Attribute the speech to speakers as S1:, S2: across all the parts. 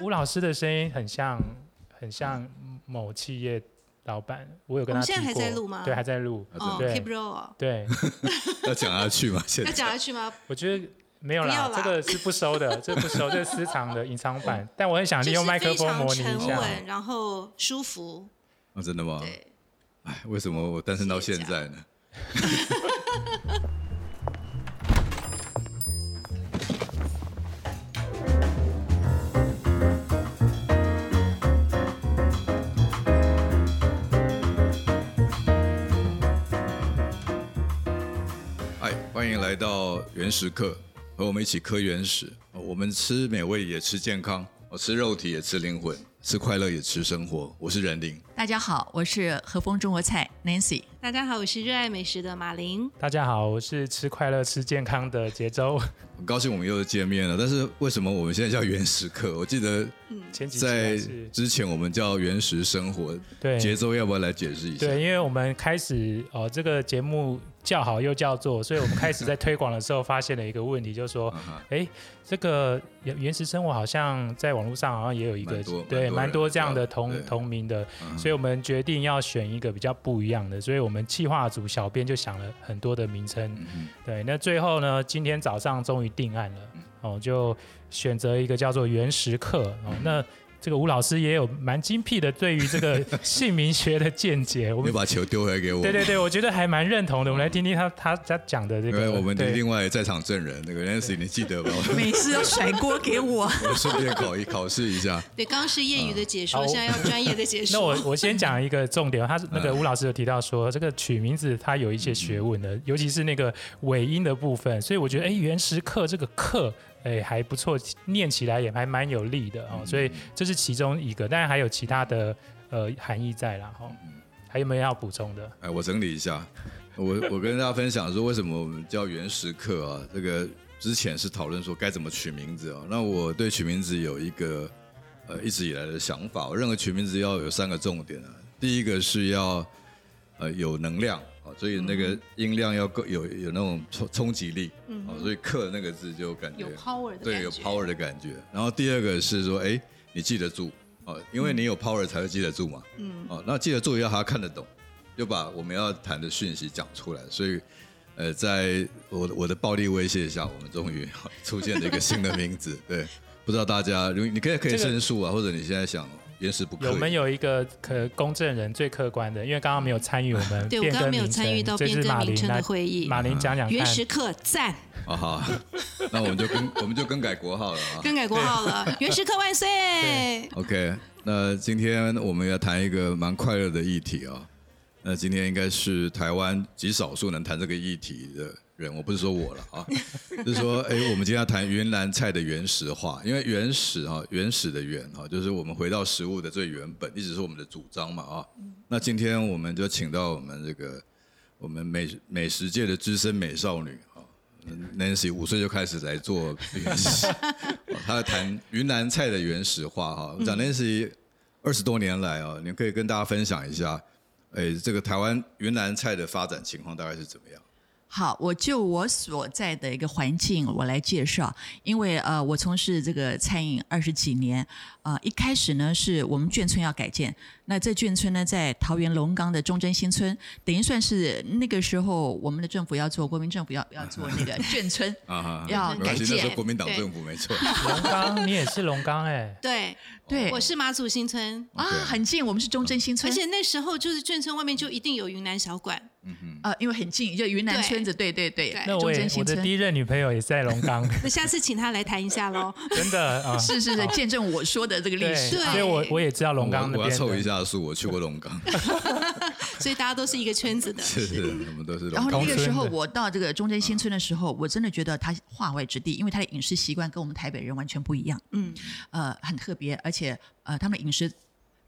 S1: 吴老师的声音很像，很像某企业老板。我有跟
S2: 我
S1: 他
S2: 们
S1: 提
S2: 哦
S1: 过，
S2: 现在还在录吗
S1: 对，还在录。
S2: 哦
S1: 对
S2: ，keep roll，哦
S1: 对，
S3: 要讲下去吗？现
S2: 要
S3: 在
S2: 讲下去吗？
S1: 我觉得没有
S2: 不
S1: 啦
S2: 要，啦
S1: 这个是不收的，这不收，这是私藏的隐藏版。但我很想利
S2: 就
S1: 用
S2: 是
S1: 麦克
S2: 非
S1: 风
S2: 常
S1: 模拟
S2: 沉
S1: 一下。
S2: 稳，然后舒服，
S3: 哦，真的吗？
S2: 对，
S3: 哎，为什么我单身到现在呢？嗨，哎欢迎来到原食客，和我们一起磕原始。哦我们吃美味也吃健康，哦，吃肉体也吃灵魂，吃快乐也吃生活。我是任林。
S4: 大家好，我是和风中国菜 Nancy。
S2: 大家好，我是热爱美食的马琳。
S1: 大家好，我是吃快乐吃健康的节奏。
S3: 很高兴我们又见面了，但是为什么我们现在叫原始课？ 我记得
S1: 前几期还
S3: 在
S1: 是
S3: 之前我们叫原始生活，
S1: 对
S3: 节奏要不要来解释一下？
S1: 对，因为我们开始哦，这个节目叫好又叫座，所以我们开始在推广的时候发现了一个问题，就是说
S3: 嗯哼，
S1: 哎，这个原原始生活好像在网络上好像也有一个
S3: 蛮
S1: 对
S3: 多蛮多
S1: 蛮
S3: 人
S1: 多这样的
S3: 知道对
S1: 同同名的，
S3: 嗯
S1: 所以我们决定要选一个比较不一样的，所以我们企划组小编就想了很多的名称，
S3: 嗯
S1: 对，那最后呢，今天早上终于定案了，哦，就选择一个叫做原石课
S3: 嗯
S1: 哦，那。这个吴老师也有蛮精辟的对于这 个姓名学的见解，我
S3: 你
S1: 们
S3: 把球丢回来给我，
S1: 对对对，我觉得还蛮认同的。我们来听听他他他讲的这
S3: 因为
S1: 个，
S3: 我们的
S1: 对
S3: 另外在场证人那个 Nancy，你记得吧？
S4: 每次都甩锅给我，
S3: 我顺便考一考试一下。
S2: 对，刚刚是业余的解
S1: 嗯
S2: 说，
S1: 好
S2: 现 在要专业的解说。
S1: 那我我先讲一个重点，他是那
S2: 嗯
S1: 个吴老师有提到说，这个取名字它有一些学问的，
S2: 嗯
S1: 尤其是那个尾音的部分，所以我觉得哎，原石刻这个刻。哎，还不错，念起来也还蛮有力的
S2: 嗯
S1: 哦，所以这是其中一个，当然还有其他的呃含义在啦哈、哦。
S2: 嗯
S1: 还有没有要补充的？
S3: 哎，我整理一下，我我跟大家分享说，为什么我们叫原石课啊？这个之前是讨论说该怎么取名字啊。那我对取名字有一个呃一直以来的想法，我认为取名字要有三个重点啊。第一个是要呃有能量啊，所以那个音量要够有有那种冲冲击力啊，所以课那个字就感觉
S2: 有 power 的感觉，
S3: 对有 power 的感觉。然后第二个是说，哎，你记得住啊，因为
S2: 嗯
S3: 你有 power 才会记得住嘛。嗯。哦，那记得住要还要看得懂，就把我们要谈的讯息讲出来。所以，呃，在我的我的暴力威胁下，我们终于出现了一个新的名字。对，不知道大家，如你可以可以
S1: 这个
S3: 申诉啊，或者你现在想原始不可以
S1: 有没有一个可公证人最客观的？因为刚刚没有参与我们
S2: 对
S1: 变
S2: 我刚刚
S1: 更
S2: 没有
S1: 名称，
S2: 参与到
S1: 这
S2: 变
S1: 是
S2: 更
S1: 马
S2: 名
S1: 林
S2: 称
S1: 来
S2: 的会议。
S1: 马林讲讲看，
S2: 原石课赞，
S3: 啊？ 好，那我们就更我们就更改国号了啊。
S2: 更改国号 了，原石课万岁！
S3: OK，那今天我们要谈一个蛮快乐的议题啊、那今天应该是台湾极少数能谈这个议题的人，我不是说我了啊，就是说，哎，我们今天要谈云南菜的原始化，因为原始哈、原始的原哈、就是我们回到食物的最原本，一直是我们的主张嘛啊、那今天我们就请到我们这个我们美美食界的资深美少女啊、Nancy 五岁就开始来做原始， 她要谈云南菜的原始化哈、我讲 Nancy 二十多年来啊、你可以跟大家分享一下，哎，这个台湾云南菜的发展情况大概是怎么样？
S4: 好，我就我所在的一个环境，我来介绍。因为呃，我从事这个餐饮二十几年，啊、一开始呢是我们眷村要改建，那这眷村呢在桃园龙岗的忠贞新村，等于算是那个时候我们的政府要做，国民政府要要做那个眷村，
S3: 啊哈，
S4: 要
S3: 没关系
S4: 改，建
S3: 那时候国民党政府没错。
S1: 龙岗，你也是龙岗哎、
S2: 对，
S4: 对
S2: 我是马祖新
S1: 嗯
S2: 村，
S4: 啊
S3: OK
S4: 很近，我们是忠贞新
S2: 而
S4: 村，
S2: 且那时候就是眷村外面就一定有云南小馆，
S3: 嗯
S4: 呃，因为很近，就云南
S2: 对
S4: 村子，对对对
S2: 对，
S1: 那我
S4: 忠
S1: 也
S4: 贞新
S1: 我的
S4: 村
S1: 第。一任女朋友也是在龙 岗，
S2: 那下次请他来谈一 下喽。
S1: 真的啊，
S4: 是是是，见证我说的这个历
S1: 对，
S4: 史。
S2: 对
S1: 所以我我也知道龙岗那
S3: 我我要
S1: 边的。
S3: 凑一下数，我去过龙 岗，
S2: 所以大家都是一个圈子的，
S3: 是是，我们都是
S4: 然
S3: 龙
S4: 后
S3: 岗
S4: 那个时
S1: 高
S4: 候
S1: 村的
S4: 我到这个中正新村的时候，我真的觉得它化外之地，因为它的饮食习惯跟我们台北人完全不一样，
S2: 嗯，
S4: 呃，很特别，而且呃，他们的饮食。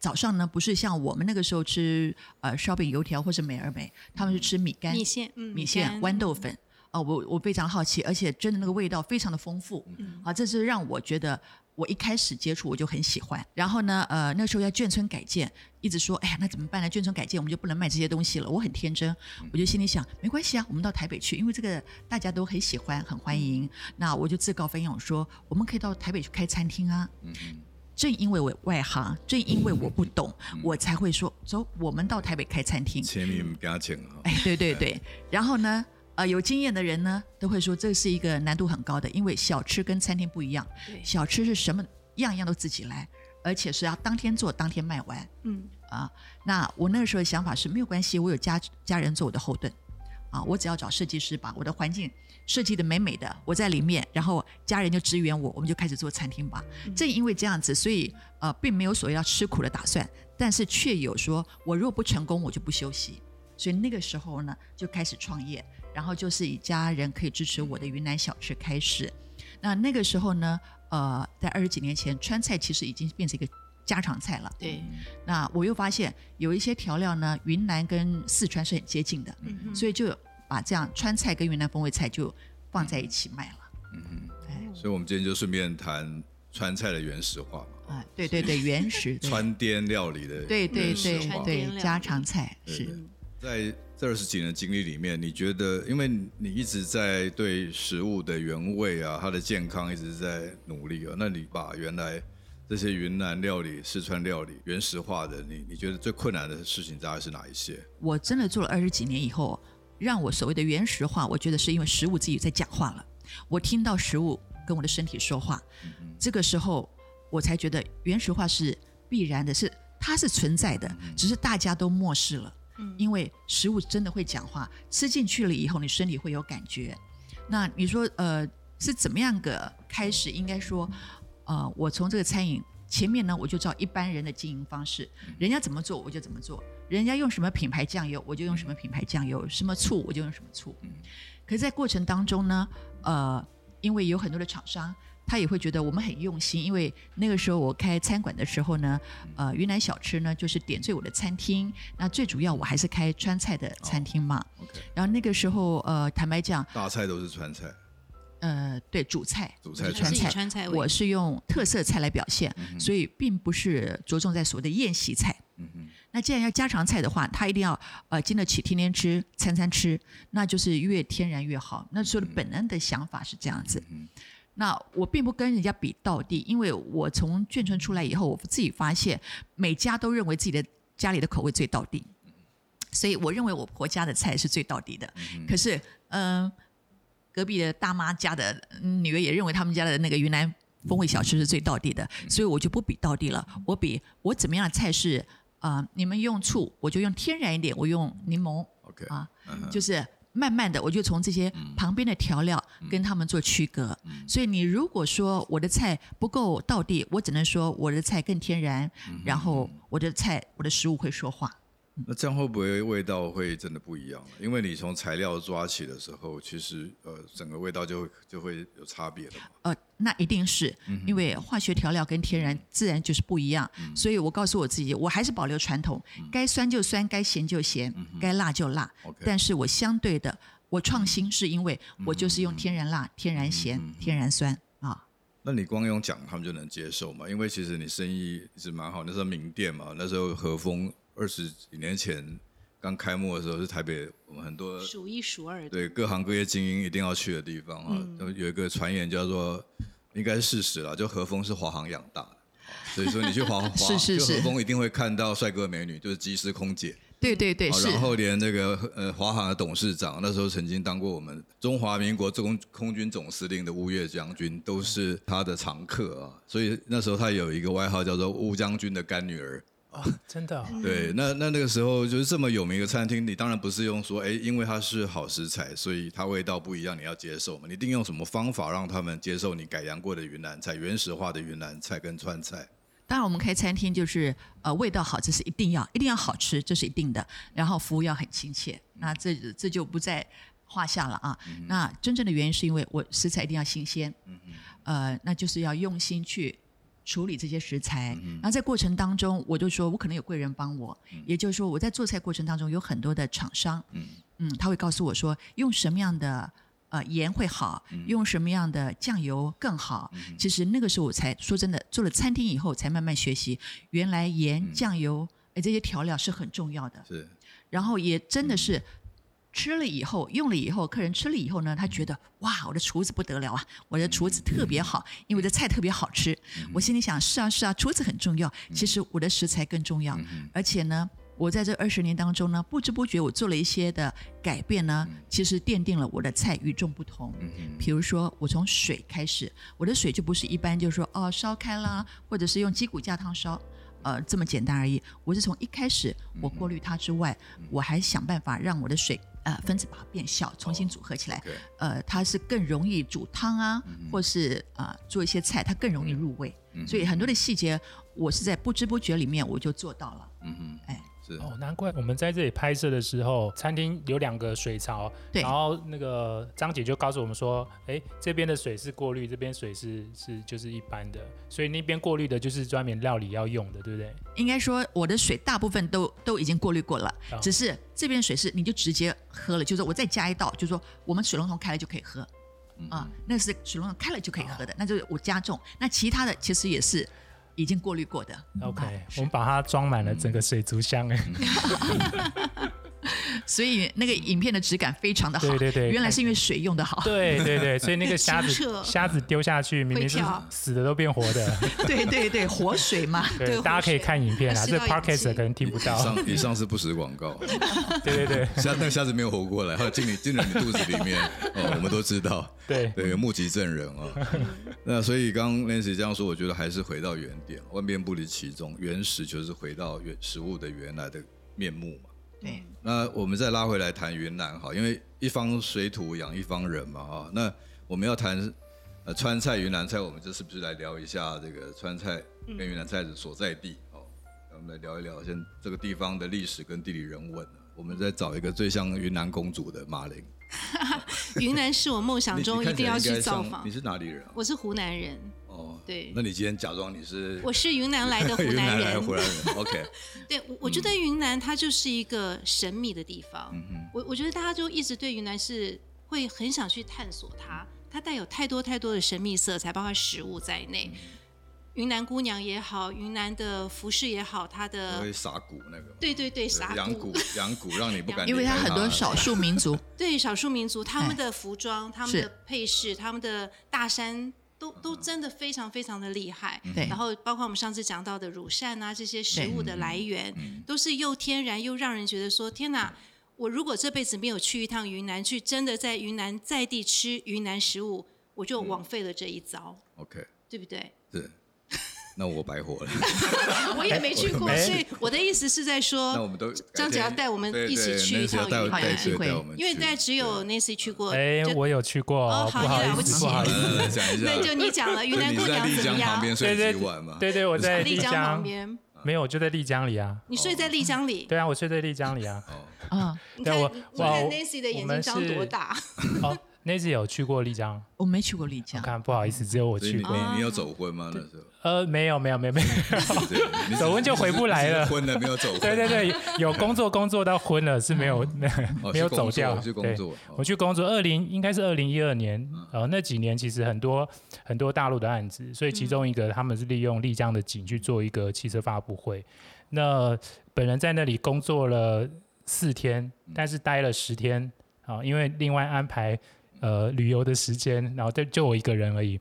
S4: 早上呢，不是像我们那个时候吃呃烧饼、油条或者美而美，他们是吃米干、
S2: 米线，嗯，
S4: 米线、
S2: 干
S4: 豌豆粉。哦，我我非常好奇，而且真的那个味道非常的丰富，啊，这是让我觉得我一开始接触我就很喜欢。然后呢，呃，那时候要眷村改建，一直说，哎呀，那怎么办呢？眷村改建我们就不能卖这些东西了。我很天真，我就心里想，没关系啊，我们到台北去，因为这个大家都很喜欢，很欢迎。那我就自告奋勇说，我们可以到台北去开餐厅啊。
S3: 嗯嗯
S4: 正因为我外行，正因为我不懂，我才会说走，我们到台北开餐厅。
S3: 签名给他请啊。
S4: 哎，对对对。然后呢，呃，有经验的人呢，都会说这是一个难度很高的，因为小吃跟餐厅不一样，
S2: 对
S4: 小吃是什么样样都自己来，而且是要当天做当天卖完。
S2: 嗯，
S4: 啊。那我那个时候的想法是没有关系，我有家家人做我的后盾啊，我只要找设计师把我的环境设计的美美的，我在里面，然后家人就支援我，我们就开始做餐厅吧。正因为这样子，所以呃，并没有所谓要吃苦的打算，但是却有说我若不成功，我就不休息。所以那个时候呢，就开始创业，然后就是以家人可以支持我的云南小吃开始。那那个时候呢，呃，在二十几年前，川菜其实已经变成一个家常菜了。
S2: 对，
S4: 那我又发现有一些调料呢，云南跟四川是很接近的，
S2: 嗯哼
S4: 所以就把这样川菜跟云南风味菜就放在一起卖了。
S3: 所以我们今天就顺便谈川菜的原始化嘛，
S2: 嗯
S4: 啊，对对对，原始的，
S3: 嗯川滇料理的
S4: 对对
S3: 原始
S4: 对
S3: 化。
S2: 川滇料
S4: 对
S2: 理
S4: 家常菜
S3: 对
S4: 是
S3: 对。在这二十几年的经历里面，你觉得，因为你一直在对食物的原味啊，它的健康一直在努力啊，那你把原来这些云南料理、四川料理原始化的，你你觉得最困难的事情大概是哪一些？
S4: 我真的做了二十几年以后，让我所谓的原始化，我觉得是因为食物自己在讲话了。我听到食物跟我的身体说话，这个时候我才觉得原始化是必然的，是它是存在的，只是大家都漠视了。因为食物真的会讲话，吃进去了以后，你身体会有感觉。那你说，呃，是怎么样个开始？应该说，呃，我从这个餐饮前面呢，我就照一般人的经营方式，人家怎么做我就怎么做，人家用什么品牌酱油我就用什么品牌酱
S3: 嗯
S4: 油，什么醋我就用什么醋。可是，在过程当中呢，呃，因为有很多的厂商，他也会觉得我们很用心，因为那个时候我开餐馆的时候呢，
S3: 嗯
S4: 呃，云南小吃呢就是点缀我的餐厅，那最主要我还是开川菜的餐厅嘛。
S3: 哦 OK
S4: 然后那个时候，呃，坦白讲，
S3: 大菜都是川菜，
S4: 呃，对，主菜，
S3: 主菜
S4: 就是川
S2: 还是以
S4: 菜，
S2: 川菜为
S4: 我是用特色菜来表现，所以并不是着重在所谓的宴席菜。
S3: 嗯哼，
S4: 那既然要家常菜的话，它一定要呃经得起天天吃、餐餐吃，那就是越天然越好。那
S3: 嗯
S4: 时候的本能的想法是这样子。那我并不跟人家比道地，因为我从眷村出来以后，我自己发现每家都认为自己的家里的口味最道地，
S3: 嗯
S4: 所以我认为我婆家的菜是最道地的。可是，嗯、隔壁的大妈家的嗯女儿也认为他们家的那个云南风味小吃是最道地的，
S3: 嗯
S4: 所以我就不比道地了，我比我怎么样的菜是啊、呃你们用醋，我就用天然一点，我用柠檬
S3: OK
S4: 啊，
S3: 嗯哼嗯
S4: 就是慢慢的，我就从这些旁边的调料跟他们做区隔。所以你如果说我的菜不够道地，我只能说我的菜更天然，
S3: 嗯
S4: 然后我的菜我的食物会说话。
S3: 那这样会不会味道会真的不一样了？因为你从材料抓起的时候，其实呃，整个味道就会就会有差别的嘛。
S4: 呃，那一定是因为化学调料跟天然自然就是不一样，所以我告诉我自己，我还是保留传统，该酸就酸，该咸就咸，该辣就辣
S3: OK。
S4: 但是我相对的，我创新是因为我就是用天然辣、天然咸、天然酸啊。
S3: 那你光用讲他们就能接受嘛？因为其实你生意是蛮好，那时候名店嘛，那时候和风二十几年前刚开幕的时候是台北我们很多
S2: 数一数二的，
S3: 对各行各业精英一定要去的地方啊。就
S4: 嗯
S3: 有一个传言叫做，应该是事实啦，就和风是华航养大的，所以说你去华华
S4: 是是
S3: 就是和风一定会看到帅哥美女，就是机师空姐。
S4: 对对对，
S3: 好
S4: 是
S3: 然后连那个呃，华航的董事长那时候曾经当过我们中华民国中空军总司令的吴越将军，都是他的常客啊。所以那时候他有一个外号叫做吴将军的干女儿。
S1: 真的哦、
S4: 嗯
S3: 对，那那那个时候就是这么有名一个餐厅，你当然不是用说，哎，因为它是好食材，所以它味道不一样，你要接受嘛？你一定用什么方法让他们接受你改良过的云南菜、原始化的云南菜跟川菜？
S4: 当然，我们开餐厅就是呃，味道好，这是一定要，一定要好吃，这是一定的。然后服务要很亲切，那这这就不在话下了啊。那真正的原因是因为我食材一定要新鲜，呃，那就是要用心去处理这些食材。那在过程当中，我就说我可能有贵人帮我，也就是说我在做菜过程当中有很多的厂商，嗯，他会告诉我说用什么样的呃盐会好，用什么样的酱油更好。其实那个时候我才说真的，做了餐厅以后才慢慢学习，原来盐、酱油哎这些调料是很重要的。
S3: 是
S4: 然后也真的是吃了以后，用了以后，客人吃了以后呢，他觉得哇，我的厨子不得了啊，我的厨子特别好，因为我的菜特别好吃。我心里想，是啊是啊，厨子很重要，其实我的食材更重要，而且呢。我在这二十年当中呢，不知不觉我做了一些的改变呢，其实奠定了我的菜与众不同。比如说，我从水开始，我的水就不是一般就是说哦烧开啦，或者是用鸡骨架汤烧，呃这么简单而已。我是从一开始我过滤它之外，
S3: 嗯
S4: 我还想办法让我的水呃分子把它变小，重新组合起来。
S3: 哦 OK 嗯
S4: 呃，它是更容易煮汤啊，或是啊、呃做一些菜，它更容易入味。所以很多的细节，我是在不知不觉里面我就做到了。
S3: 嗯哼，
S4: 哎，
S3: 是
S1: 哦，难怪我们在这里拍摄的时候，餐厅有两个水槽，
S4: 对
S1: 然后那个张姐就告诉我们说，哎，这边的水是过滤，这边水是是就是一般的，所以那边过滤的就是专门料理要用的，对不对？
S4: 应该说我的水大部分都都已经过滤过了，
S1: 啊
S4: 只是这边水是你就直接喝了，就是我再加一道，就是说我们水龙头开了就可以喝。
S3: 嗯
S4: 啊，那是水龙头开了就可以
S3: 哦
S4: 喝的，那就是我加重。那其他的其实也是已经过滤过的。
S1: OK，、
S4: 啊
S1: 我们把它装满了整个水族箱，哎、
S4: 所以那个影片的质感非常的好。
S1: 对对对
S4: 原来是因为水用的好。
S1: 对对对，所以那个虾
S2: 清
S1: 子
S2: 澈
S1: 虾子丢下去，明明是
S2: 会跳
S1: 死的都变活的，
S4: 对对 对，活水嘛。
S1: 对，
S2: 对
S1: 大家可以看影片啊，
S2: 会
S1: 这
S2: 吸到氧
S1: podcast
S2: 气
S1: 可能听不
S3: 以
S1: 到，
S3: 上以上是不实广 告，
S1: 对对对
S3: 虾那个虾子没有活过来，它进你进了你肚子里面，哦，我们都知道。
S1: 对，
S3: 对，有目击证人啊、那所以刚刚 Nancy 这样说，我觉得还是回到原点，万变不离其宗，原始就是回到原食物的原来的面目嘛。
S4: 对，
S3: 那我们再拉回来谈云南哈，因为一方水土养一方人嘛哈。那我们要谈呃川菜、云南菜，我们这是不是来聊一下这个川菜
S2: 嗯
S3: 跟云南菜的所在地？哦，我们来聊一聊先这个地方的历史跟地理人文。啊我们再找一个最像云南公主的马玲，
S2: 云南是我梦想
S3: 你
S2: 中
S3: 你
S2: 一
S3: 看起
S2: 定
S3: 来
S2: 要
S3: 应该
S2: 去造
S3: 像
S2: 访
S3: 你。是哪里人啊？
S2: 我是湖南人，
S3: 哦，
S2: 对
S3: 那你今天假装你是
S2: 我是云南来 的湖
S3: 云
S2: 南
S3: 南来的
S2: 人。
S3: 湖 南人，OK，
S2: 对，我我觉得云南它就是一个神秘的地方。
S3: 嗯
S2: 我我觉得大家就一直对云南是会很想去探索它，它带有太多太多的神秘色彩，包括食物在内。
S3: 嗯
S2: 云南姑娘也好，云南的服饰也好，它
S3: 会
S2: 的
S3: 撒鼓那个嘛，
S2: 呃对对对，傻
S3: 养
S2: 骨
S3: 蛊，养蛊让你不敢离开，
S4: 因为它很多少数民 族，
S2: 对少数民族他
S4: 哎
S2: 们的服装、他们
S4: 是
S2: 的配饰、他们的大衫。都都真的非常非常的厉害，
S3: 嗯
S4: 对
S2: 然后包括我们上次讲到的乳扇啊，这些食物的来源，
S3: 嗯
S2: 都是又天然又让人觉得说，天哪！我如果这辈子没有去一趟云南，去真的在云南在地吃云南食物，我
S3: 嗯
S2: 就枉费了这一遭，
S3: ，OK，
S2: 对不对？
S3: 是， 那我白活了，
S2: 我也没去过，
S1: 哎
S2: 所以我的意思是在
S3: 那我
S2: 说，
S3: 们都
S2: 哦张姐要带我们
S3: 对
S2: 一起
S3: 对
S2: 去一
S3: Nancy 要
S2: 趟
S3: 带我
S2: 云南
S3: 带
S4: 好有
S3: 对
S4: 机会
S3: 带我们去，啊
S2: 因为大家只 有 Nancy 去过，
S1: 哎、
S2: 哦就
S1: 我有去过，
S2: 哦好
S1: 不好
S2: 你
S1: 意
S2: 了不
S1: 思，
S2: 起
S1: 不好意
S3: 来来
S1: 思，
S3: 来讲一下，
S2: 那就你讲 了，云南
S3: 你
S2: 姑
S3: 是在
S2: 娘
S3: 丽
S2: 怎
S3: 江
S2: 么
S3: 旁边
S2: 样？
S1: 对
S3: 睡
S1: 对
S3: 几晚嘛，
S1: 对对，我在
S2: 丽江旁边，
S1: 没有，我就在丽江里啊。
S2: 你睡在丽江里，
S1: 对啊，我睡在丽江里啊。
S3: 哦，
S4: 嗯，
S2: 你
S1: 对
S2: 看
S1: 我
S2: 你
S1: 哇
S2: 看
S1: 我
S2: Nancy 的
S1: 我
S2: 眼
S1: 们
S2: 睛张
S1: 是
S2: 多 大？
S1: 哦，那次有去过丽江，
S4: 我没去过丽
S1: 我
S4: 江，
S1: 看不好意思，只有我
S3: 所以你
S1: 去
S2: 哦
S1: 过。
S3: 你你有走婚吗？那时候
S1: 呃，没有没有没有没有，
S3: 对你只是
S1: 走婚就回不来了
S3: 你只是婚了没有走 婚，
S1: 对对对，有工作工作到昏了是没有
S2: 嗯
S1: 没
S3: 哦，
S1: 有没有走掉，
S3: 去工
S1: 对
S3: 作，哦
S1: 我去工作，二零应该是二零一二年，呃，那几年其实很多很多大陆的案子，所以其中一个他们是利用丽江的景去做一个汽车发布会。那本人在那里工作了四天，但是待了十天啊、因为另外安排呃旅游的时间，然后就就我一个人而已。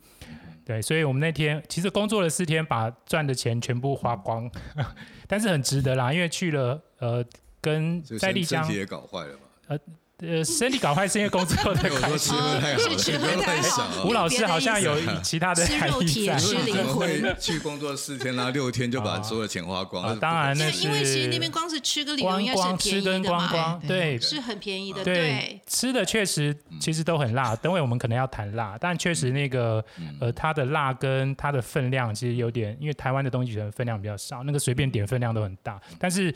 S1: 对，所以我们那天其实工作了四天，把赚的钱全部花光， 但是很值得啦，因为去了呃跟
S3: 就
S1: 在
S3: 身
S1: 丽江
S3: 身体也搞坏了嘛。
S1: 呃，身体搞坏是因为工作的
S3: 因为啊我
S1: 关
S3: 说
S1: 系。
S3: 吃喝太好了，
S2: 哦是吃
S3: 你不
S2: 喝
S3: 要
S2: 太
S3: 乱
S2: 好
S3: 想啊
S1: 吴
S2: 了
S1: 老师好像有
S3: 别的意思
S1: 其他的
S2: 吃
S1: 含
S2: 肉
S1: 义
S2: 体
S1: 在。
S2: 吃灵
S3: 怎么
S2: 魂。
S3: 会去工作四天啦、啊六天就把所有的钱花光？
S1: 啊
S3: 那是不
S1: 当然
S2: 因
S1: 那
S2: 为
S1: 是
S2: 因为其实那边光是吃个旅游
S1: 光
S2: 应该是
S1: 光
S2: 很
S1: 吃
S2: 便
S1: 跟
S2: 宜的
S1: 光
S2: 嘛，
S1: 光，
S4: 对
S1: 对
S2: 是很便宜的，
S1: 对
S2: 对，，
S1: 吃的确实
S3: 嗯
S1: 其实都很辣，等会我们可能要谈辣，但确实那个
S3: 嗯
S1: 呃它的辣跟它的分量其实有点，因为台湾的东西可能分量比较少，那个随便
S3: 嗯
S1: 点分量都很大，但是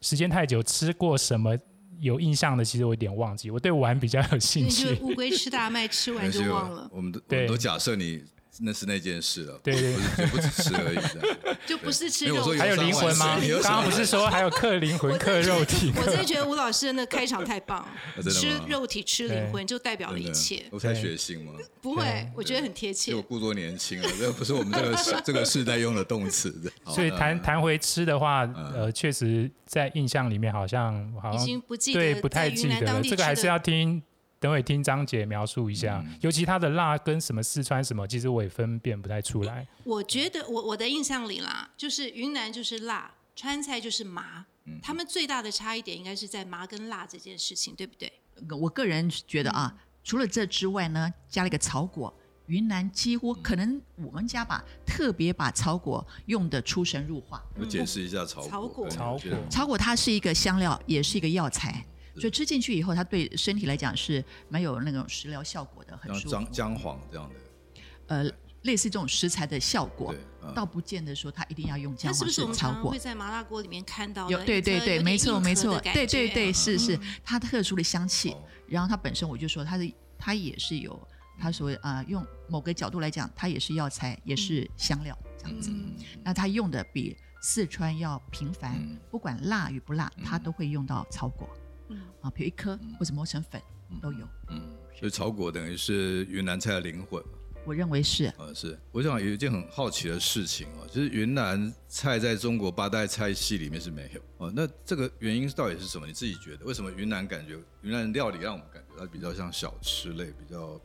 S1: 时间太久吃过什么有印象的，其实我有点忘记，我对玩比较有
S2: 所
S1: 兴
S2: 以就
S1: 趣。
S2: 乌龟吃大麦，吃
S3: 可
S2: 完
S3: 能
S2: 就是
S3: 有
S2: 忘了。
S3: 我们都我
S1: 对
S3: 们都假设你那是那件事了，
S1: 对对
S3: 不是不只吃 而已的。
S2: 就不是吃
S3: 因为我
S2: 肉
S3: 说
S2: 体，
S1: 还有灵魂吗
S3: 有伤有？伤
S1: 刚刚不是说还有克灵魂、
S2: 我
S1: 克
S2: 真的觉得
S1: 肉体？
S2: 我真的觉得吴老师的那开场太 棒，
S3: 啊真的吗
S2: 吃肉体吃灵魂就代表了
S3: 真
S2: 一
S3: 的啊
S2: 切，
S3: 我太血腥吗？
S2: 不会，我觉得很贴切
S3: 因为我。故作年轻了，这不是我们这 个时这个世代用的动词的。好
S1: 所以谈谈回吃的话，
S3: 呃嗯
S1: 呃，确实在印象里面好像好
S2: 已
S1: 像
S2: 经不记得
S1: 对不太
S2: 在
S1: 记
S2: 云南
S1: 得了，
S2: 当地
S1: 这个
S2: 吃
S1: 还是
S2: 的
S1: 要听等会听张姐描述一下，
S3: 嗯
S1: 尤其它的辣跟什么四川什么，其实我也分辨不太出来。
S2: 我觉得我我的印象里啦，就是云南就是辣，川菜就是麻，
S4: 嗯
S2: 他们最大的差异点应该是在麻跟辣这件事情，对不对？
S4: 我个人觉得啊，除了这之外呢，加了一个草果。云南几乎可能我们家吧，特别把草果用的出神入化。
S3: 我解释一下草
S2: 嗯草
S3: 果
S2: 果，
S3: 对
S1: 草果
S3: 我觉得
S4: 草果它是一个香料，也是一个药材，所以吃进去以后，它对身体来讲是蛮有那种食疗效果的，很
S3: 像
S4: 舒
S3: 姜
S4: 服。
S3: 姜黄这样的，
S4: 呃，类似这种食材的效果
S3: 对，嗯
S4: 倒不见得说它一定要用
S2: 它
S4: 姜
S2: 是
S4: 黄
S2: 不是我们
S4: 草
S2: 常常
S4: 果
S2: 会。在麻辣锅里面看到
S4: 有
S2: 的
S4: 对
S2: 一
S4: 对
S2: 颗
S4: 对，
S2: 有
S4: 没
S2: 点
S4: 错
S2: 硬
S4: 没
S2: 壳的
S4: 错，
S2: 感
S4: 对对
S2: 觉哦嗯
S4: 对，是是，它特殊的香气
S3: 哦，
S4: 然后它本身我就说它是它也是有，它所谓啊、用某个角度来讲，它也是药材，也是香料这样子。
S2: 嗯
S4: 那它用的比四川要频繁，
S3: 嗯
S4: 不管辣与不辣，它都会用到草果
S2: 嗯，
S4: 啊，比如一颗或者磨成粉都有。
S3: 嗯，所以草果等于是云南菜的灵魂嘛。
S4: 我认为是
S3: 啊，是，我想有一件很好奇的事情哦，就是云南菜在中国八大菜系里面是没有哦。那这个原因到底是什么？你自己觉得为什么云南感觉云南料理让我们感觉它比较像小吃类，比较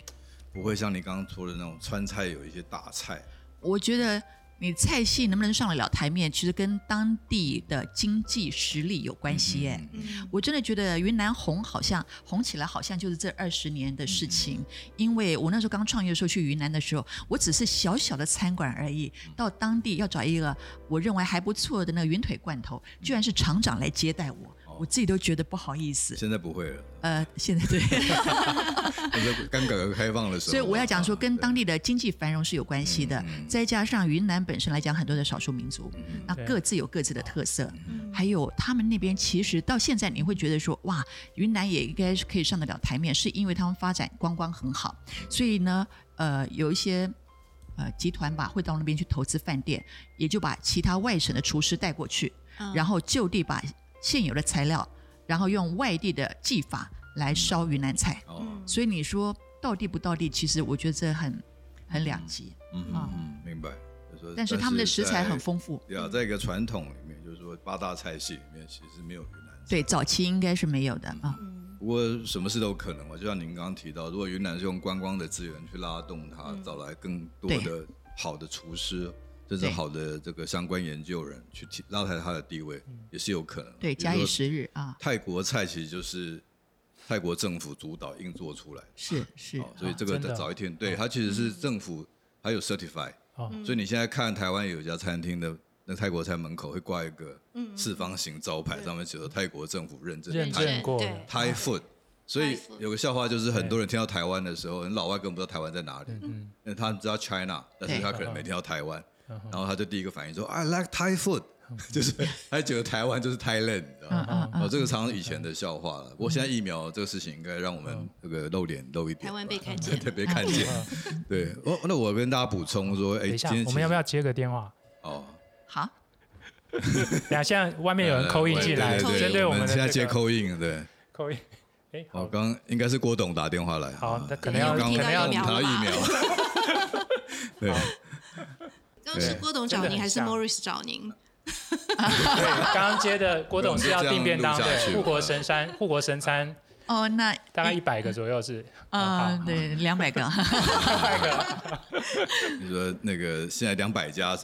S3: 不会像你刚刚说的那种川菜有一些大菜？
S4: 我觉得你菜系能不能上得了台面，其实跟当地的经济实力有关系
S2: 嗯
S4: 耶。我真的觉得云南红好像红起来，好像就是这二十年的事情。因为我那时候刚创业的时候去云南的时候，我只是小小的餐馆而已，到当地要找一个我认为还不错的那个云腿罐头，居然是厂长来接待我，我自己都觉得不好意思。
S3: 现在不会了，
S4: 呃，现在对，
S3: 那就刚改革开放的时候。啊
S4: 所以我要讲说，跟当
S3: 地
S4: 地的经济繁荣是有关系的。再加上云南本身来讲，很多的少数民族，那各自有各自的特色。
S3: 嗯
S2: 嗯
S4: 还有他们那边，其实到现在你会觉得说，哇，云南也应该是可以上得了台面，是因为他们发展观光很好。所以呢，呃，有一些呃集团吧，会到那边去投资饭店，也就把其他外省的厨师带过去，
S3: 嗯
S4: 然后就地把现有的材料，然后用外地的技法来烧云南菜。
S3: 哦，
S2: 嗯
S4: 所以你说到地不到地，其实我觉得这很很两极。
S3: 嗯嗯
S4: 啊
S3: 嗯，明白。就说
S4: 但是他们的食材
S3: 在
S4: 很丰富，
S3: 对啊，在一个传统里面，就是说八大菜系里面其实没有云南菜。
S4: 对，早期应该是没有的啊。
S3: 不过什么事都有可能嘛，就像您刚刚提到，如果云南是用观光的资源去拉动它，找来更多的
S4: 对
S3: 好的厨师，甚至
S4: 对
S3: 好的这个相关研究人去提拉抬它的地位，也是有可能的。
S4: 对，
S3: 比如
S4: 假
S3: 说
S4: 以时日啊，
S3: 泰国菜其实就是泰国政府主导硬做出来的，
S4: 是是
S3: 哦，所以
S4: 啊
S3: 这个
S1: 真的
S3: 得
S1: 哦
S3: 早一天，对它其实是政府还有 certify，
S1: 哦
S3: 所以你现在看台湾有一家餐厅的那泰国菜门口会挂一个四方形招牌，上面写着泰国政府认证的
S1: 认
S3: 泰
S1: 证过
S2: 对
S3: Thai food。所以
S2: Thai food
S3: 有个笑话，就是很多人听到台湾的时候，人老外根本不知道台湾在哪里，
S1: 嗯
S3: 那他们知道 China，但是
S4: 对
S3: 他可能没听到台湾，然后他就第一个反应说 I like Thai food，就是
S1: 嗯
S3: 他觉得台湾就是 Thailand，你知道吗？哦，这个常常以前的笑话了。
S1: 嗯
S3: 不过现在疫苗这个事情，应该让我们这个露脸露一点吧，
S2: 台湾嗯被看见
S3: 对，被看见。对，哦，那我跟大家补充说，
S1: 呃
S3: 哎，
S1: 等一
S3: 今
S1: 下
S3: 天，
S1: 我们要不
S3: 要？
S1: 要接个电话？
S3: 哦，
S4: 好，
S1: 等一下现在外面有人扣印进来，
S3: 呃对对对
S1: 针对
S3: 我
S1: 们的
S3: 现在
S1: 这
S3: 接
S1: 个
S3: 扣印，对。
S1: 扣印。哎，
S3: 哦，
S1: 好，
S3: 刚刚应该是郭董打电话来，
S1: 好
S3: 啊
S1: 那可能要可
S3: 因为刚
S1: 能
S3: 刚
S1: 要
S3: 我们谈到疫苗， 对。
S2: 刚是
S3: 对
S2: 郭董
S1: 真
S2: 找
S1: 的
S2: 您
S1: 很
S2: 还是
S1: 像
S2: Morris 找您？
S1: 对，刚刚接的郭董是要订便当
S3: 我们就这样录
S1: 对，
S3: 下去嗯
S1: 护国神山，护国神山
S4: 哦，那
S1: 大概一百个左右是，
S4: 啊，
S1: 啊，
S4: 对，两百个，
S3: 你说那个现在两百家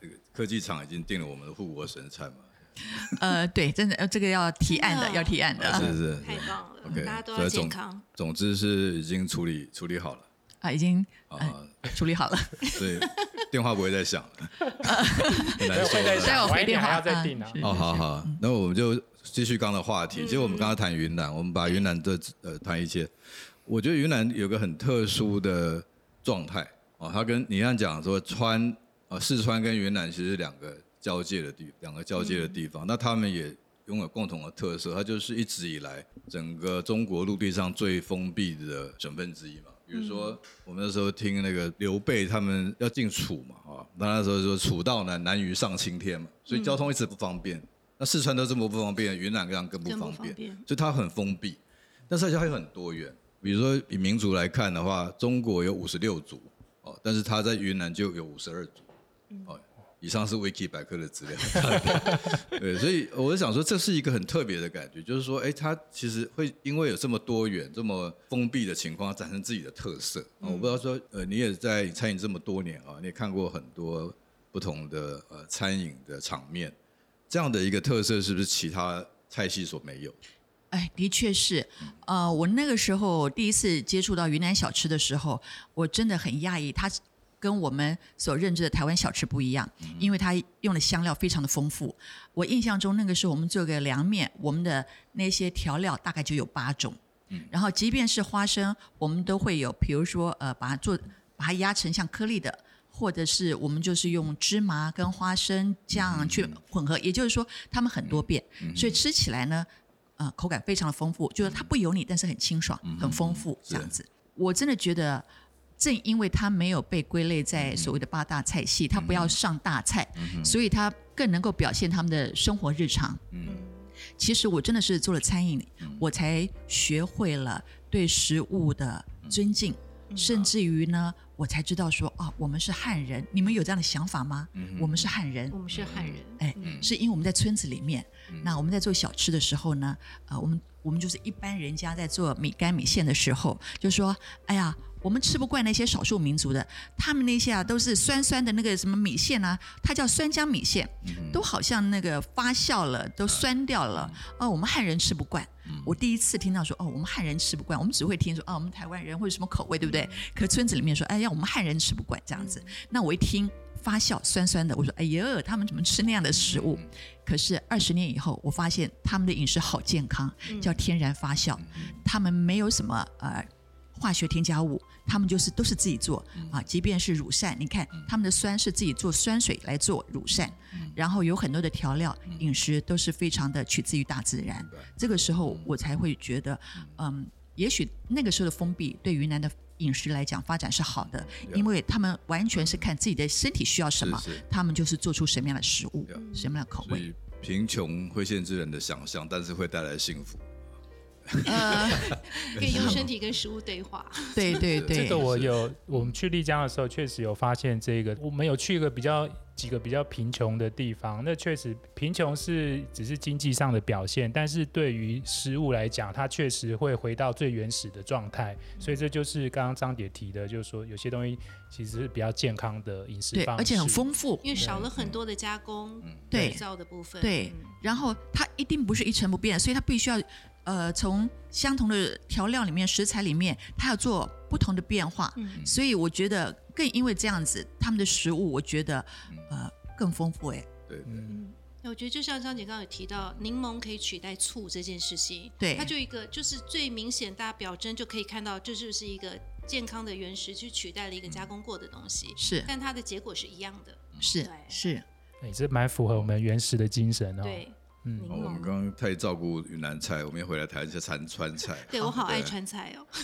S3: 这个科技厂已经定了我们的护国神菜嘛？
S4: 呃，对，真的，呃这个要提案的，
S2: 真的
S4: 要提案
S1: 呃
S4: 的
S3: 啊是不是？
S1: 嗯
S2: 太棒了
S3: OK，
S2: 大家都
S3: 所
S2: 要
S3: 以总
S2: 健康。
S3: 总之是已经处理处理好了
S4: 啊，已经
S3: 啊，
S4: 处理好了。
S3: 所以电话不会再响了，很难说
S1: 会再
S3: 了。
S4: 对我
S1: 想，
S4: 回
S1: 晚一点
S4: 电话
S1: 还要再
S4: 啊
S1: 订啊。
S4: 是
S3: 哦，好好，那我们就继续刚刚的话题。其实我们刚刚谈云南，我们把云南的呃谈一些，我觉得云南有个很特殊的状态哦，它跟你像讲说川啊四川跟云南其实是两个交界的地，两个交界的地方，那他们也拥有共同的特色，它就是一直以来整个中国陆地上最封闭的省份之一嘛。比如说我们那时候听那个刘备他们要进楚嘛，啊，那那时候说楚道难，难于上青天嘛，所以交通一直不方便。那四川都这么不方便，云南更更不
S2: 更不
S3: 方便
S2: 方便，
S3: 所以它很封闭。但是它还有很多元，比如说以民族来看的话，中国有五十六族哦，但是它在云南就有五十二族哦。以上是 Wiki 百科的资料。 对，所以我就想说，这是一个很特别的感觉，就是说，哎，它其实会因为有这么多元、这么封闭的情况，产生自己的特色。啊，我不知道说，呃，你也在餐饮这么多年啊，你也看过很多不同的呃餐饮的场面，这样的一个特色是不是其他菜系所没有？
S4: 哎，的确是，呃，我那个时候第一次接触到云南小吃的时候，我真的很讶异，它跟我们所认知的台湾小吃不一样，
S1: 嗯
S4: 因为它用的香料非常的丰富。我印象中那个时候我们做个凉面，我们的那些调料大概就有八种，然后即便是花生，我们都会有，比如说呃，把它做把它压成像颗粒的。或者是我们就是用芝麻跟花生酱去混合，也就是说它们很多变，所以吃起来呢，呃，口感非常的丰富，就是它不油腻，但是很清爽、很丰富
S3: 是
S4: 这样子。我真的觉得，正因为它没有被归类在所谓的八大菜系，它不要上大菜，所以它更能够表现他们的生活日常。其实我真的是做了餐饮，我才学会了对食物的尊敬，甚至于呢，我才知道说啊，我们是汉人，你们有这样的想法吗？我们是汉人
S2: 我，们是汉人，
S4: 哎，是因为我们在村子里面，那我们在做小吃的时候呢，呃，我们我们就是一般人家在做米干米线的时候，就说，哎呀，我们吃不惯那些少数民族的，他们那些啊都是酸酸的那个什么米线啊，它叫酸浆米线，都好像那个发酵了，都酸掉了，哦，我们汉人吃不惯。我第一次听到说，哦，我们汉人吃不惯，我们只会听说，哦，我们台湾人会有什么口味，对不对？可村子里面说，哎呀，我们汉人吃不惯这样子。那我一听发酵酸酸的，我说，哎呀，他们怎么吃那样的食物？可是二十年以后，我发现他们的饮食好健康，
S3: 嗯
S4: 叫天然发酵，他们没有什么呃化学添加物，他们就是都是自己做
S3: 嗯
S4: 啊。即便是乳扇，你看他们的酸是自己做酸水来做乳扇，
S3: 嗯
S4: 然后有很多的调料，饮食都是非常的取自于大自然。这个时
S3: 嗯
S4: 候我才会觉得，嗯，也许那个时候的封闭对云南的。饮食来讲，发展是好的，因为他们完全是看自己的身体需要什么
S3: 嗯是是，
S4: 他们就是做出什么样的食物
S3: Yeah，
S4: 什么样的口
S3: 所
S4: 味。
S3: 以贫穷会限制人的想象，但是会带来幸福。
S2: 可以用身体跟食物对话。
S4: 对对对，嗯
S1: 这个我有，我们去丽江的时候确实有发现这个，我们有去一个比较几个比较贫穷的地方，那确实贫穷是只是经济上的表现，但是对于食物来讲，它确实会回到最原始的状态，所以这就是刚刚张姐提的，就是说有些东西其实是比较健康的饮食
S4: 对，
S1: 方式，
S4: 而且很丰富。
S2: 因为少了很多的加工、
S3: 嗯
S4: 对
S2: 改造的部分。嗯
S4: 对，然后它一定不是一成不变，所以它必须要，呃，从相同的调料里面、食材里面，它要做不同的变化。
S1: 嗯
S4: 所以我觉得，更因为这样子，他们的食物，我觉得，呃，更丰富。哎，
S3: 对对，
S1: 嗯，
S2: 那我觉得就像张姐刚刚有提到，柠檬可以取代醋这件事情，
S4: 对
S2: 它就一个就是最明显，大家表征就可以看到，这就是一个健康的原石去取代了一个加工过的东西，
S4: 是
S2: 但它的结果是一样的，
S4: 是
S2: 嗯对
S4: 是，
S1: 哎，这蛮符合我们原始的精神哦。
S2: 对，
S1: 嗯
S2: 柠
S3: 哦我们
S2: 檬。
S3: 刚刚太照顾云南菜，我们要回来谈一下川川菜。
S2: 对我好爱川菜哦，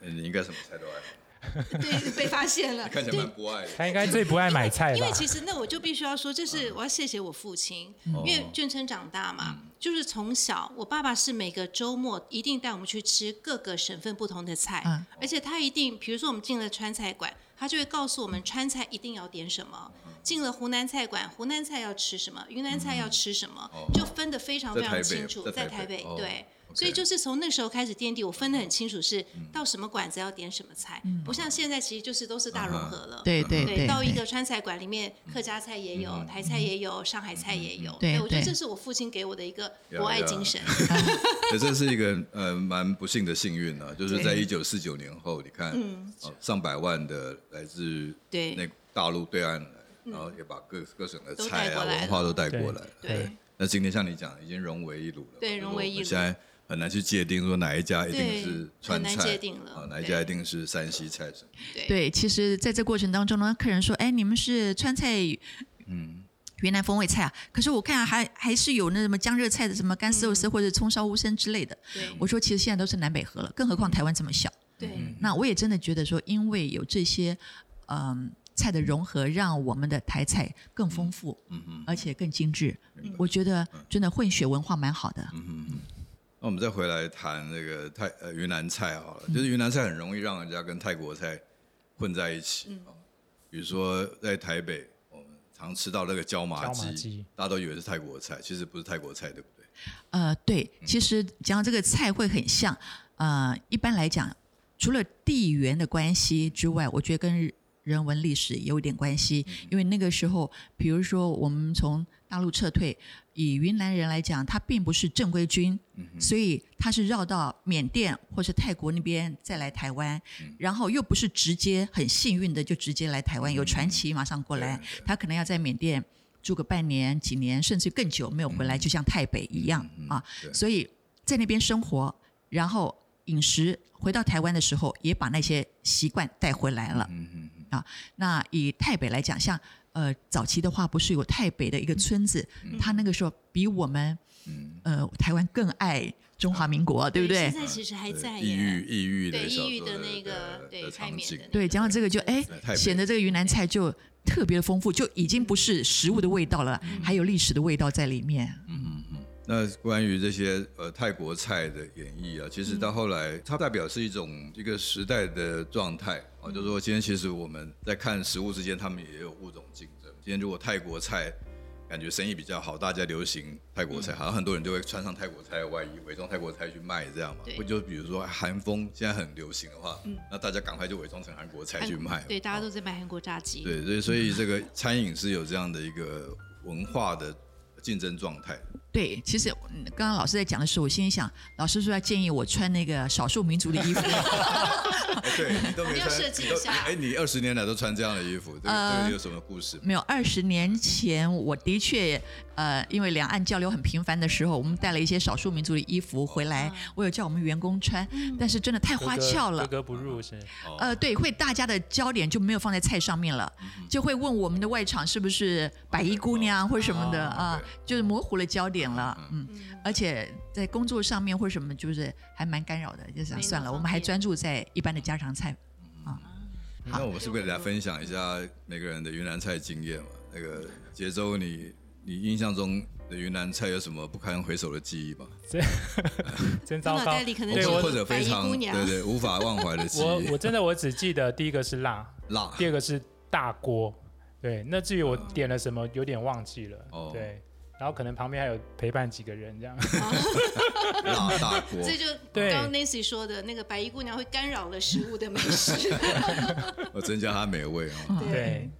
S3: 对，你应该什么菜都爱，
S2: 对，被发现了，
S3: 看起来
S2: 对
S3: 蛮。不爱的。
S1: 他应该最不爱买菜
S2: 因
S1: 吧
S2: 为？其实那我就必须要说，这是我要谢谢我父亲，因为眷村长大嘛，就是从小我爸爸是每个周末一定带我们去吃各个省份不同的菜，
S4: 嗯
S2: 而且他一定，比如说我们进了川菜馆，他就会告诉我们川菜一定要点什么；进了湖南菜馆，湖南菜要吃什么，云南菜要吃什么，就分得非常非常清楚，
S3: 在
S2: 在
S3: 台
S2: 台
S3: 北
S2: 北
S3: 在台北
S2: 对。
S3: OK
S2: 所以就是从那时候开始奠定，我分得很清楚是到什么馆子要点什么菜，不像现在其实就是都是大融合了。
S4: 对
S1: 嗯
S4: 对嗯
S2: 对，到一个川菜馆里面，客家菜也有，台菜也有，上海菜也有。
S4: 对
S2: 我觉得
S4: 对
S2: 这是我父亲给我的一个
S3: 呀
S2: 博爱
S3: 呀
S2: 精 神。
S3: 对，这是一个呃蛮不幸的幸运啊，就是在一
S4: 对
S3: 九四九年后，你看、哦上百万的来自
S2: 嗯对嗯
S3: 那大陆对岸来，然后也把各各省的
S2: 都
S3: 菜
S2: 带
S3: 啊
S2: 过来了
S3: 文化都带过来。
S2: 对对，
S3: 那今天像你讲，已经融为一炉了。
S2: 对
S3: 就是
S2: 融为一炉
S3: 我们现在很难去界定说哪一家一定
S2: 对
S3: 是川菜，
S2: 很难界定了
S3: 啊，哪一
S2: 对
S3: 家一定是山西菜什么。
S2: 对，
S4: 对，其实在这过程当中呢，客人说：“哎，你们是川菜，嗯，云南风味菜啊。”可是我看、啊、还还是有那什么江浙
S1: 嗯
S4: 菜的，什么干丝肉丝或者葱烧乌参之类的。
S2: 对
S4: 我说，其实现在都是南北合了，更何况台湾这么小，
S2: 对，
S4: 那我也真的觉得说，因为有这些，嗯、菜的融合，让我们的台菜更丰富，
S3: 嗯嗯
S4: 而且更精致。我觉得真的混血文化蛮好的。
S3: 那我们再回来谈那个泰呃云南菜好了，就是云南菜很容易让人家跟泰国菜混在一起
S2: 嗯
S3: 啊、比如说在台北，我们常吃到那个椒麻
S1: 椒麻
S3: 鸡
S1: 鸡，
S3: 大家都以为是泰国菜，其实不是泰国菜，对不对？
S4: 呃，对，其实讲到这个菜会很像，呃，一般来讲，除了地缘的关系之外，我觉得跟人文历史也有点关系，因为那个时候，比如说我们从大陆撤退，以云南人来讲，他并不是正规军，所以他是绕到缅甸或是泰国那边再来台湾，然后又不是直接很幸运的就直接来台湾，有传奇马上过来，他可能要在缅甸。住个半年、几年，甚至更久没有回
S3: 嗯
S4: 来，就像台北一样啊
S3: 对。
S4: 所以在那边生活，然后饮食，回到台湾的时候也把那些习惯带回来了。
S3: 嗯嗯嗯，
S4: 那以台北来讲，像呃早期的话，不是有台北的一个村子，他那个时候比我们
S3: 嗯
S4: 呃台湾更爱中华民国，对不对
S2: 啊现？在其实还在
S3: 抑郁
S2: 耶，
S3: 抑郁的
S2: 对，
S3: 小
S2: 抑郁
S3: 时候
S2: 的那个
S3: 的
S2: 对
S3: 的
S2: 泰
S3: 场
S2: 缅
S3: 景
S2: 的，
S4: 对，讲到这个就哎
S3: 在台，北
S4: 显得这个云南菜就特别的丰富，就已经不是食物的味道了，
S3: 嗯
S4: 还有历史的味道在里面。
S3: 那关于这些呃泰国菜的演绎啊，其
S2: 嗯
S3: 实到后来，它代表是一种一个时代的状态啊，就是说今天其实我们在看食物之间，他们也有物种竞争。今天如果泰国菜感觉生意比较好，大家流行泰国
S2: 嗯
S3: 菜，好像很多人就会穿上泰国菜的外衣，伪装泰国菜去卖这样嘛。
S2: 对嗯
S3: 或就比如说韩风现在很流行的话，那大家赶快就伪装成韩国菜去卖。啊哦
S2: 对，大家都在买韩国炸鸡，
S3: 对，所以所以这个餐饮是有这样的一个文化的竞争状态。
S4: 对，其实嗯刚刚老师在讲的时候，我心里想，老师说要建议我穿那个少数民族的衣服，
S3: 哦对你 都没
S2: 要
S3: 穿，
S2: 设计
S3: 你都
S2: 一下呃
S3: 哎，你二十年来都穿这样的衣服，这个、这个有什么故事？
S1: 嗯
S4: 没有，二十年前我的确，呃，因为两岸交流很频繁的时候，我们带了一些少数民族的衣服回来，我有叫我们员工穿，但是真的太花俏了
S1: 格。格不入是。
S4: 呃，对，会大家的焦点就没有放在菜上面了，就会问我们的外场是不是白衣姑娘或什么的
S3: 哦
S4: 啊、
S3: 对
S4: 就是模糊了焦点了，嗯，
S2: 嗯，
S4: 而且在工作上面或什么，就是还蛮干扰的，就想
S2: 没那
S4: 算了，
S2: 方
S4: 我们还
S2: 便
S4: 专注在一般的家常菜
S3: 那我们是不是给大家分享一下每个人的云南菜经验嘛？那个杰州你，你印象中的云南菜有什么不堪回首的记忆吗？
S1: 真糟
S2: 我脑
S1: 糕
S2: 袋里可能
S1: 对
S2: 只
S1: 我
S2: 有
S3: 或者
S2: 白
S3: 非
S2: 衣
S3: 常
S2: 姑娘
S3: 对对无法忘怀的记
S1: 我
S3: 忆
S1: 我。真的我只记得第一个是辣，
S3: 辣
S1: 第二个是大锅。对，那至于我
S2: 嗯
S1: 点了什么，有点忘记了。
S3: 哦
S1: 对，然后可能旁边还有陪伴几个人这样。
S3: 辣大 锅，
S2: 这就
S1: 对
S2: 刚刚 Nancy 说的那个白衣姑娘会干扰了食物的美食，
S3: 我哦增加它美味啊、
S4: 嗯
S3: 哦。
S1: 对，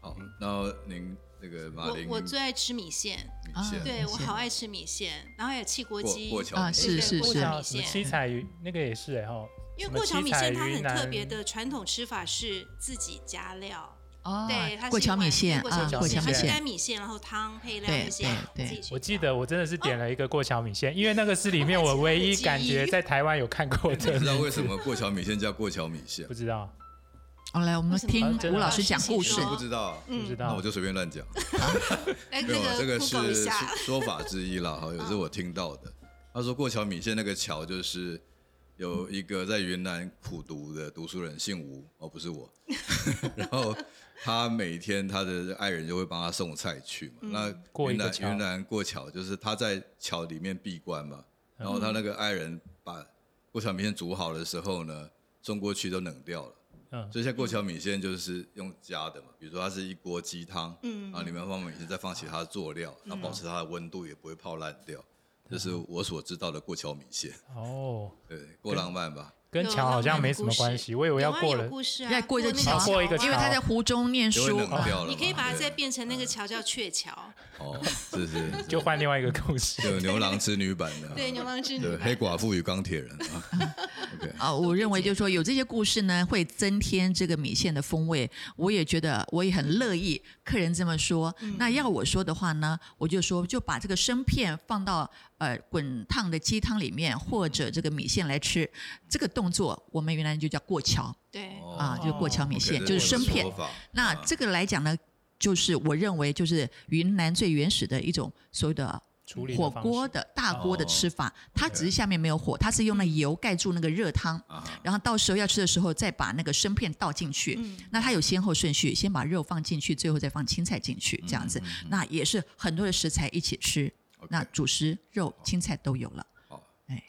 S3: 好，然后您那个 马
S2: 我
S3: 林
S2: 我最爱吃米线，
S3: 米线
S4: 啊
S2: 对
S4: 米
S2: 我
S4: 线
S2: 好爱吃米线，然后还有汽锅
S3: 过
S2: 鸡，
S3: 过桥
S4: 啊，
S3: 米
S4: 是
S2: 对
S4: 是
S2: 过
S4: 是
S2: 桥，
S1: 像
S2: 米
S1: 什么
S2: 线
S1: 七彩鱼那个也是哎哈，
S2: 因
S1: 什
S2: 为
S1: 么
S2: 过桥
S1: 七
S2: 米
S1: 彩
S2: 线它
S1: 云
S2: 很特
S1: 南
S2: 别的传统吃法是自己加料，
S4: 哦
S2: 对，它是
S4: 过桥米线
S2: 一
S4: 啊
S2: 碗，
S1: 过
S2: 过
S1: 桥米
S2: 桥米线它是
S1: 线
S2: 干米线，然后汤配料
S4: 对
S2: 那些
S4: 对对，
S2: 自己去
S1: 我记
S2: 调
S1: 得我真的是点了一个过桥米线，因为那个是里面我唯一感觉在台湾有看过
S2: 哦
S3: 不
S1: 的
S3: 知，道为什么过桥米线叫过桥米线
S1: 不，知道，
S4: 好，来，我们
S2: 为什么
S4: 听
S1: 啊真
S4: 吴
S1: 的
S4: 老
S1: 吗
S4: 师讲故事
S2: 是
S3: 不知道，啊
S2: 嗯
S1: 不知
S3: 那
S1: 道
S3: 我。就随便乱讲。
S2: 哎，
S3: 没有啊，
S2: 那
S3: 这个
S2: Google 一
S3: 是
S2: 下，嗯
S3: 说说法之一啦，哈，也是我听到的。他说哦过桥米线那个桥就是有一个在云南苦读的读书人，姓吴哦，不是我。 然后他每天他的爱人就会帮他送菜去
S2: 嗯
S3: 嘛。那
S1: 过
S3: 云
S1: 一个
S3: 南
S1: 桥
S3: 云南过桥就是他在桥里面闭关嘛，
S1: 嗯
S3: 然后他那个爱人把过桥米线煮好的时候呢，送过去都冷掉了。
S1: 嗯
S3: 所以现在过桥米线就是用加的嘛，比如说它是一锅鸡汤，嗯，然后里面放米线，再放其他的佐料，然后保持它的温度也不会泡烂掉。这是我所知道的过桥米线，
S1: 哦，
S3: 对，够浪漫吧？
S1: 跟桥好像没什么关系，我以为要过
S2: 有啊
S1: 了
S2: 有。故事啊，
S4: 要过一个
S2: 那
S4: 桥
S1: 过一个
S2: 啊
S4: 因为他在湖中念
S3: 就会
S4: 书
S3: 冷
S4: 啊，
S3: 掉了
S2: 哦
S3: 嘛。
S2: 你可以把它
S3: 对
S2: 再变成那个桥叫鹊桥，
S3: 哦，是是，是
S1: 就换另外一个故事，
S3: 就有牛郎织女版的，
S2: 对，牛郎织女
S3: 嗯对，
S2: 吧
S3: 黑。寡妇与钢铁人啊。OK，
S4: 啊，我认为就是说有这些故事呢，会增添这个米线的风味。我也觉得，我也很乐意客人这么说。那要我说的话呢，我就说就把这个生片放到呃滚烫的鸡汤里面，或者这个米线来吃。这个动作我们原来就叫过桥
S2: 对，
S3: 哦
S4: 啊，就是过桥米
S3: OK，
S4: 线，
S3: 这
S4: 就是
S3: 我
S4: 生
S3: 的
S4: 片
S3: 说。法
S4: 那这个来讲呢，就是我认为就是云南最原始的一种所谓的
S1: 处理的
S4: 火
S1: 方
S4: 锅
S1: 式
S4: 的大锅的
S3: 哦
S4: 吃法，它只是下面没有火，它是用那油盖住那个热汤，
S3: 啊
S4: 然后到时候要吃的时候再把那个生片倒进去。
S2: 嗯
S4: 那它有先后顺序，先把肉放进去，最后再放青菜进去，这样子。那也是很多的食材一起吃。
S3: OK
S4: 那主食、肉、青菜都有了。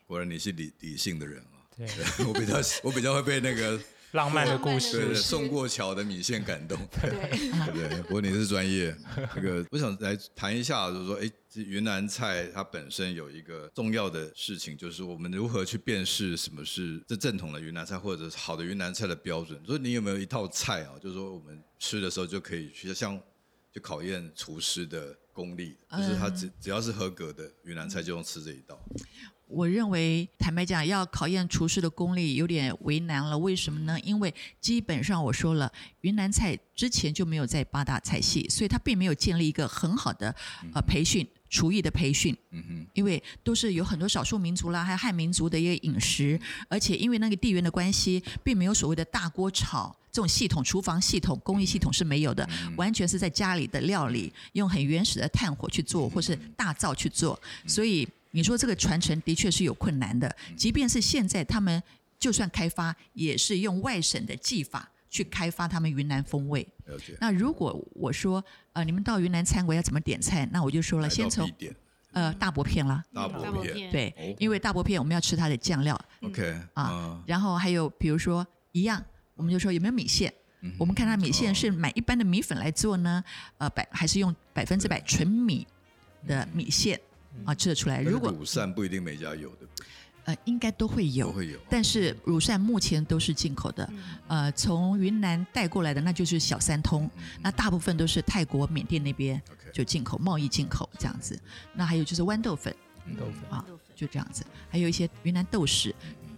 S3: 果然你是理理性的人啊，
S1: 对
S3: 我比较我比较会被那个
S1: 浪漫的故
S3: 对
S2: 是
S3: 对
S1: 事
S2: 是
S3: 送过桥的米线感动。
S2: 对，
S3: 对不对？不过你是专业，那个我想来谈一下，就是说，哎，这云南菜它本身有一个重要的事情，就是我们如何去辨识什么是这正统的云南菜，或者是好的云南菜的标准。所以你有没有一套菜啊？就是说我们吃的时候就可以去像就考验厨师的功力，就是
S4: 嗯
S3: 他只只要是合格的云南菜就用吃这一道。
S4: 我认为，坦白讲，要考验厨师的功力有点为难了。为什么呢？因为基本上我说了，云南菜之前就没有在八大菜系，所以它并没有建立一个很好的呃培训厨艺的培训。嗯哼，因为都是有很多少数民族啦，还有汉民族的一个饮食，而且因为那个地缘的关系，并没有所谓的大锅炒。这种系统，厨房系统、工艺系统是没有的，完全是在家里的料理，用很原始的炭火去做，或是大灶去做。所以你说这个传承的确是有困难的，即便是现在他们就算开发，也是用外省的技法去开发他们云南风味。
S3: 了解？
S4: 那如果我说，呃，你们到云南餐馆要怎么点菜？嗯那我就说了，
S3: 来
S4: 先
S3: 到
S4: 从
S3: 必点
S4: 呃大薄片啦，
S3: 大
S2: 大
S3: 薄
S2: 薄
S3: 片
S2: 片
S4: 对
S3: 哦，
S4: 因为大薄片我们要吃它的酱料，
S3: ，OK
S4: 啊
S3: 啊，，
S4: 然后还有比如说一样，我们就说有没有米线？
S3: 嗯
S4: 我们看它米线
S3: 哦
S4: 是买一般的米粉来做呢，呃，百还是用百分之百纯米的米线啊吃得出来？
S3: 但是
S4: 如果
S3: 卤鳝不一定每家有，对不对？
S4: 呃，应该都会有，
S3: 都会有
S4: 但是乳扇目前都是进口的，
S2: 嗯
S4: 呃，从云南带过来的那就是小三通，那大部分都是泰国、缅甸那边
S3: OK
S4: 就进口，贸易进口这样子。那还有就是豌豆粉，
S1: 豆腐
S4: 啊
S2: 豆粉，
S4: 就这样子。还有一些云南豆豉，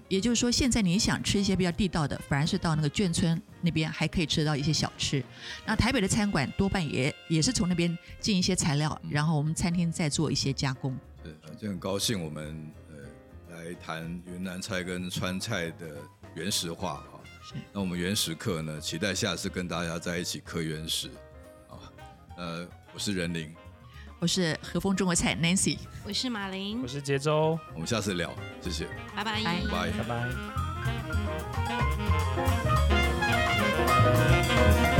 S4: 也就是说，现在你想吃一些比较地道的，反而是到那个眷村那边还可以吃到一些小吃。那台北的餐馆多半也也是从那边进一些材料，然后我们餐厅再做一些加工。
S3: 是，呃就很高兴我们呃来谈云南菜跟川菜的原始化啊。
S4: 是
S3: 那我们原始课呢，期待下次跟大家在一起刻原始啊。呃，我是任林，
S4: 我是和风中国菜 Nancy。
S2: 我是马琳
S1: 我，是杰州，
S3: 我们下次聊，谢谢。
S2: 拜拜
S4: 拜
S3: 拜
S1: 拜拜。
S3: Thank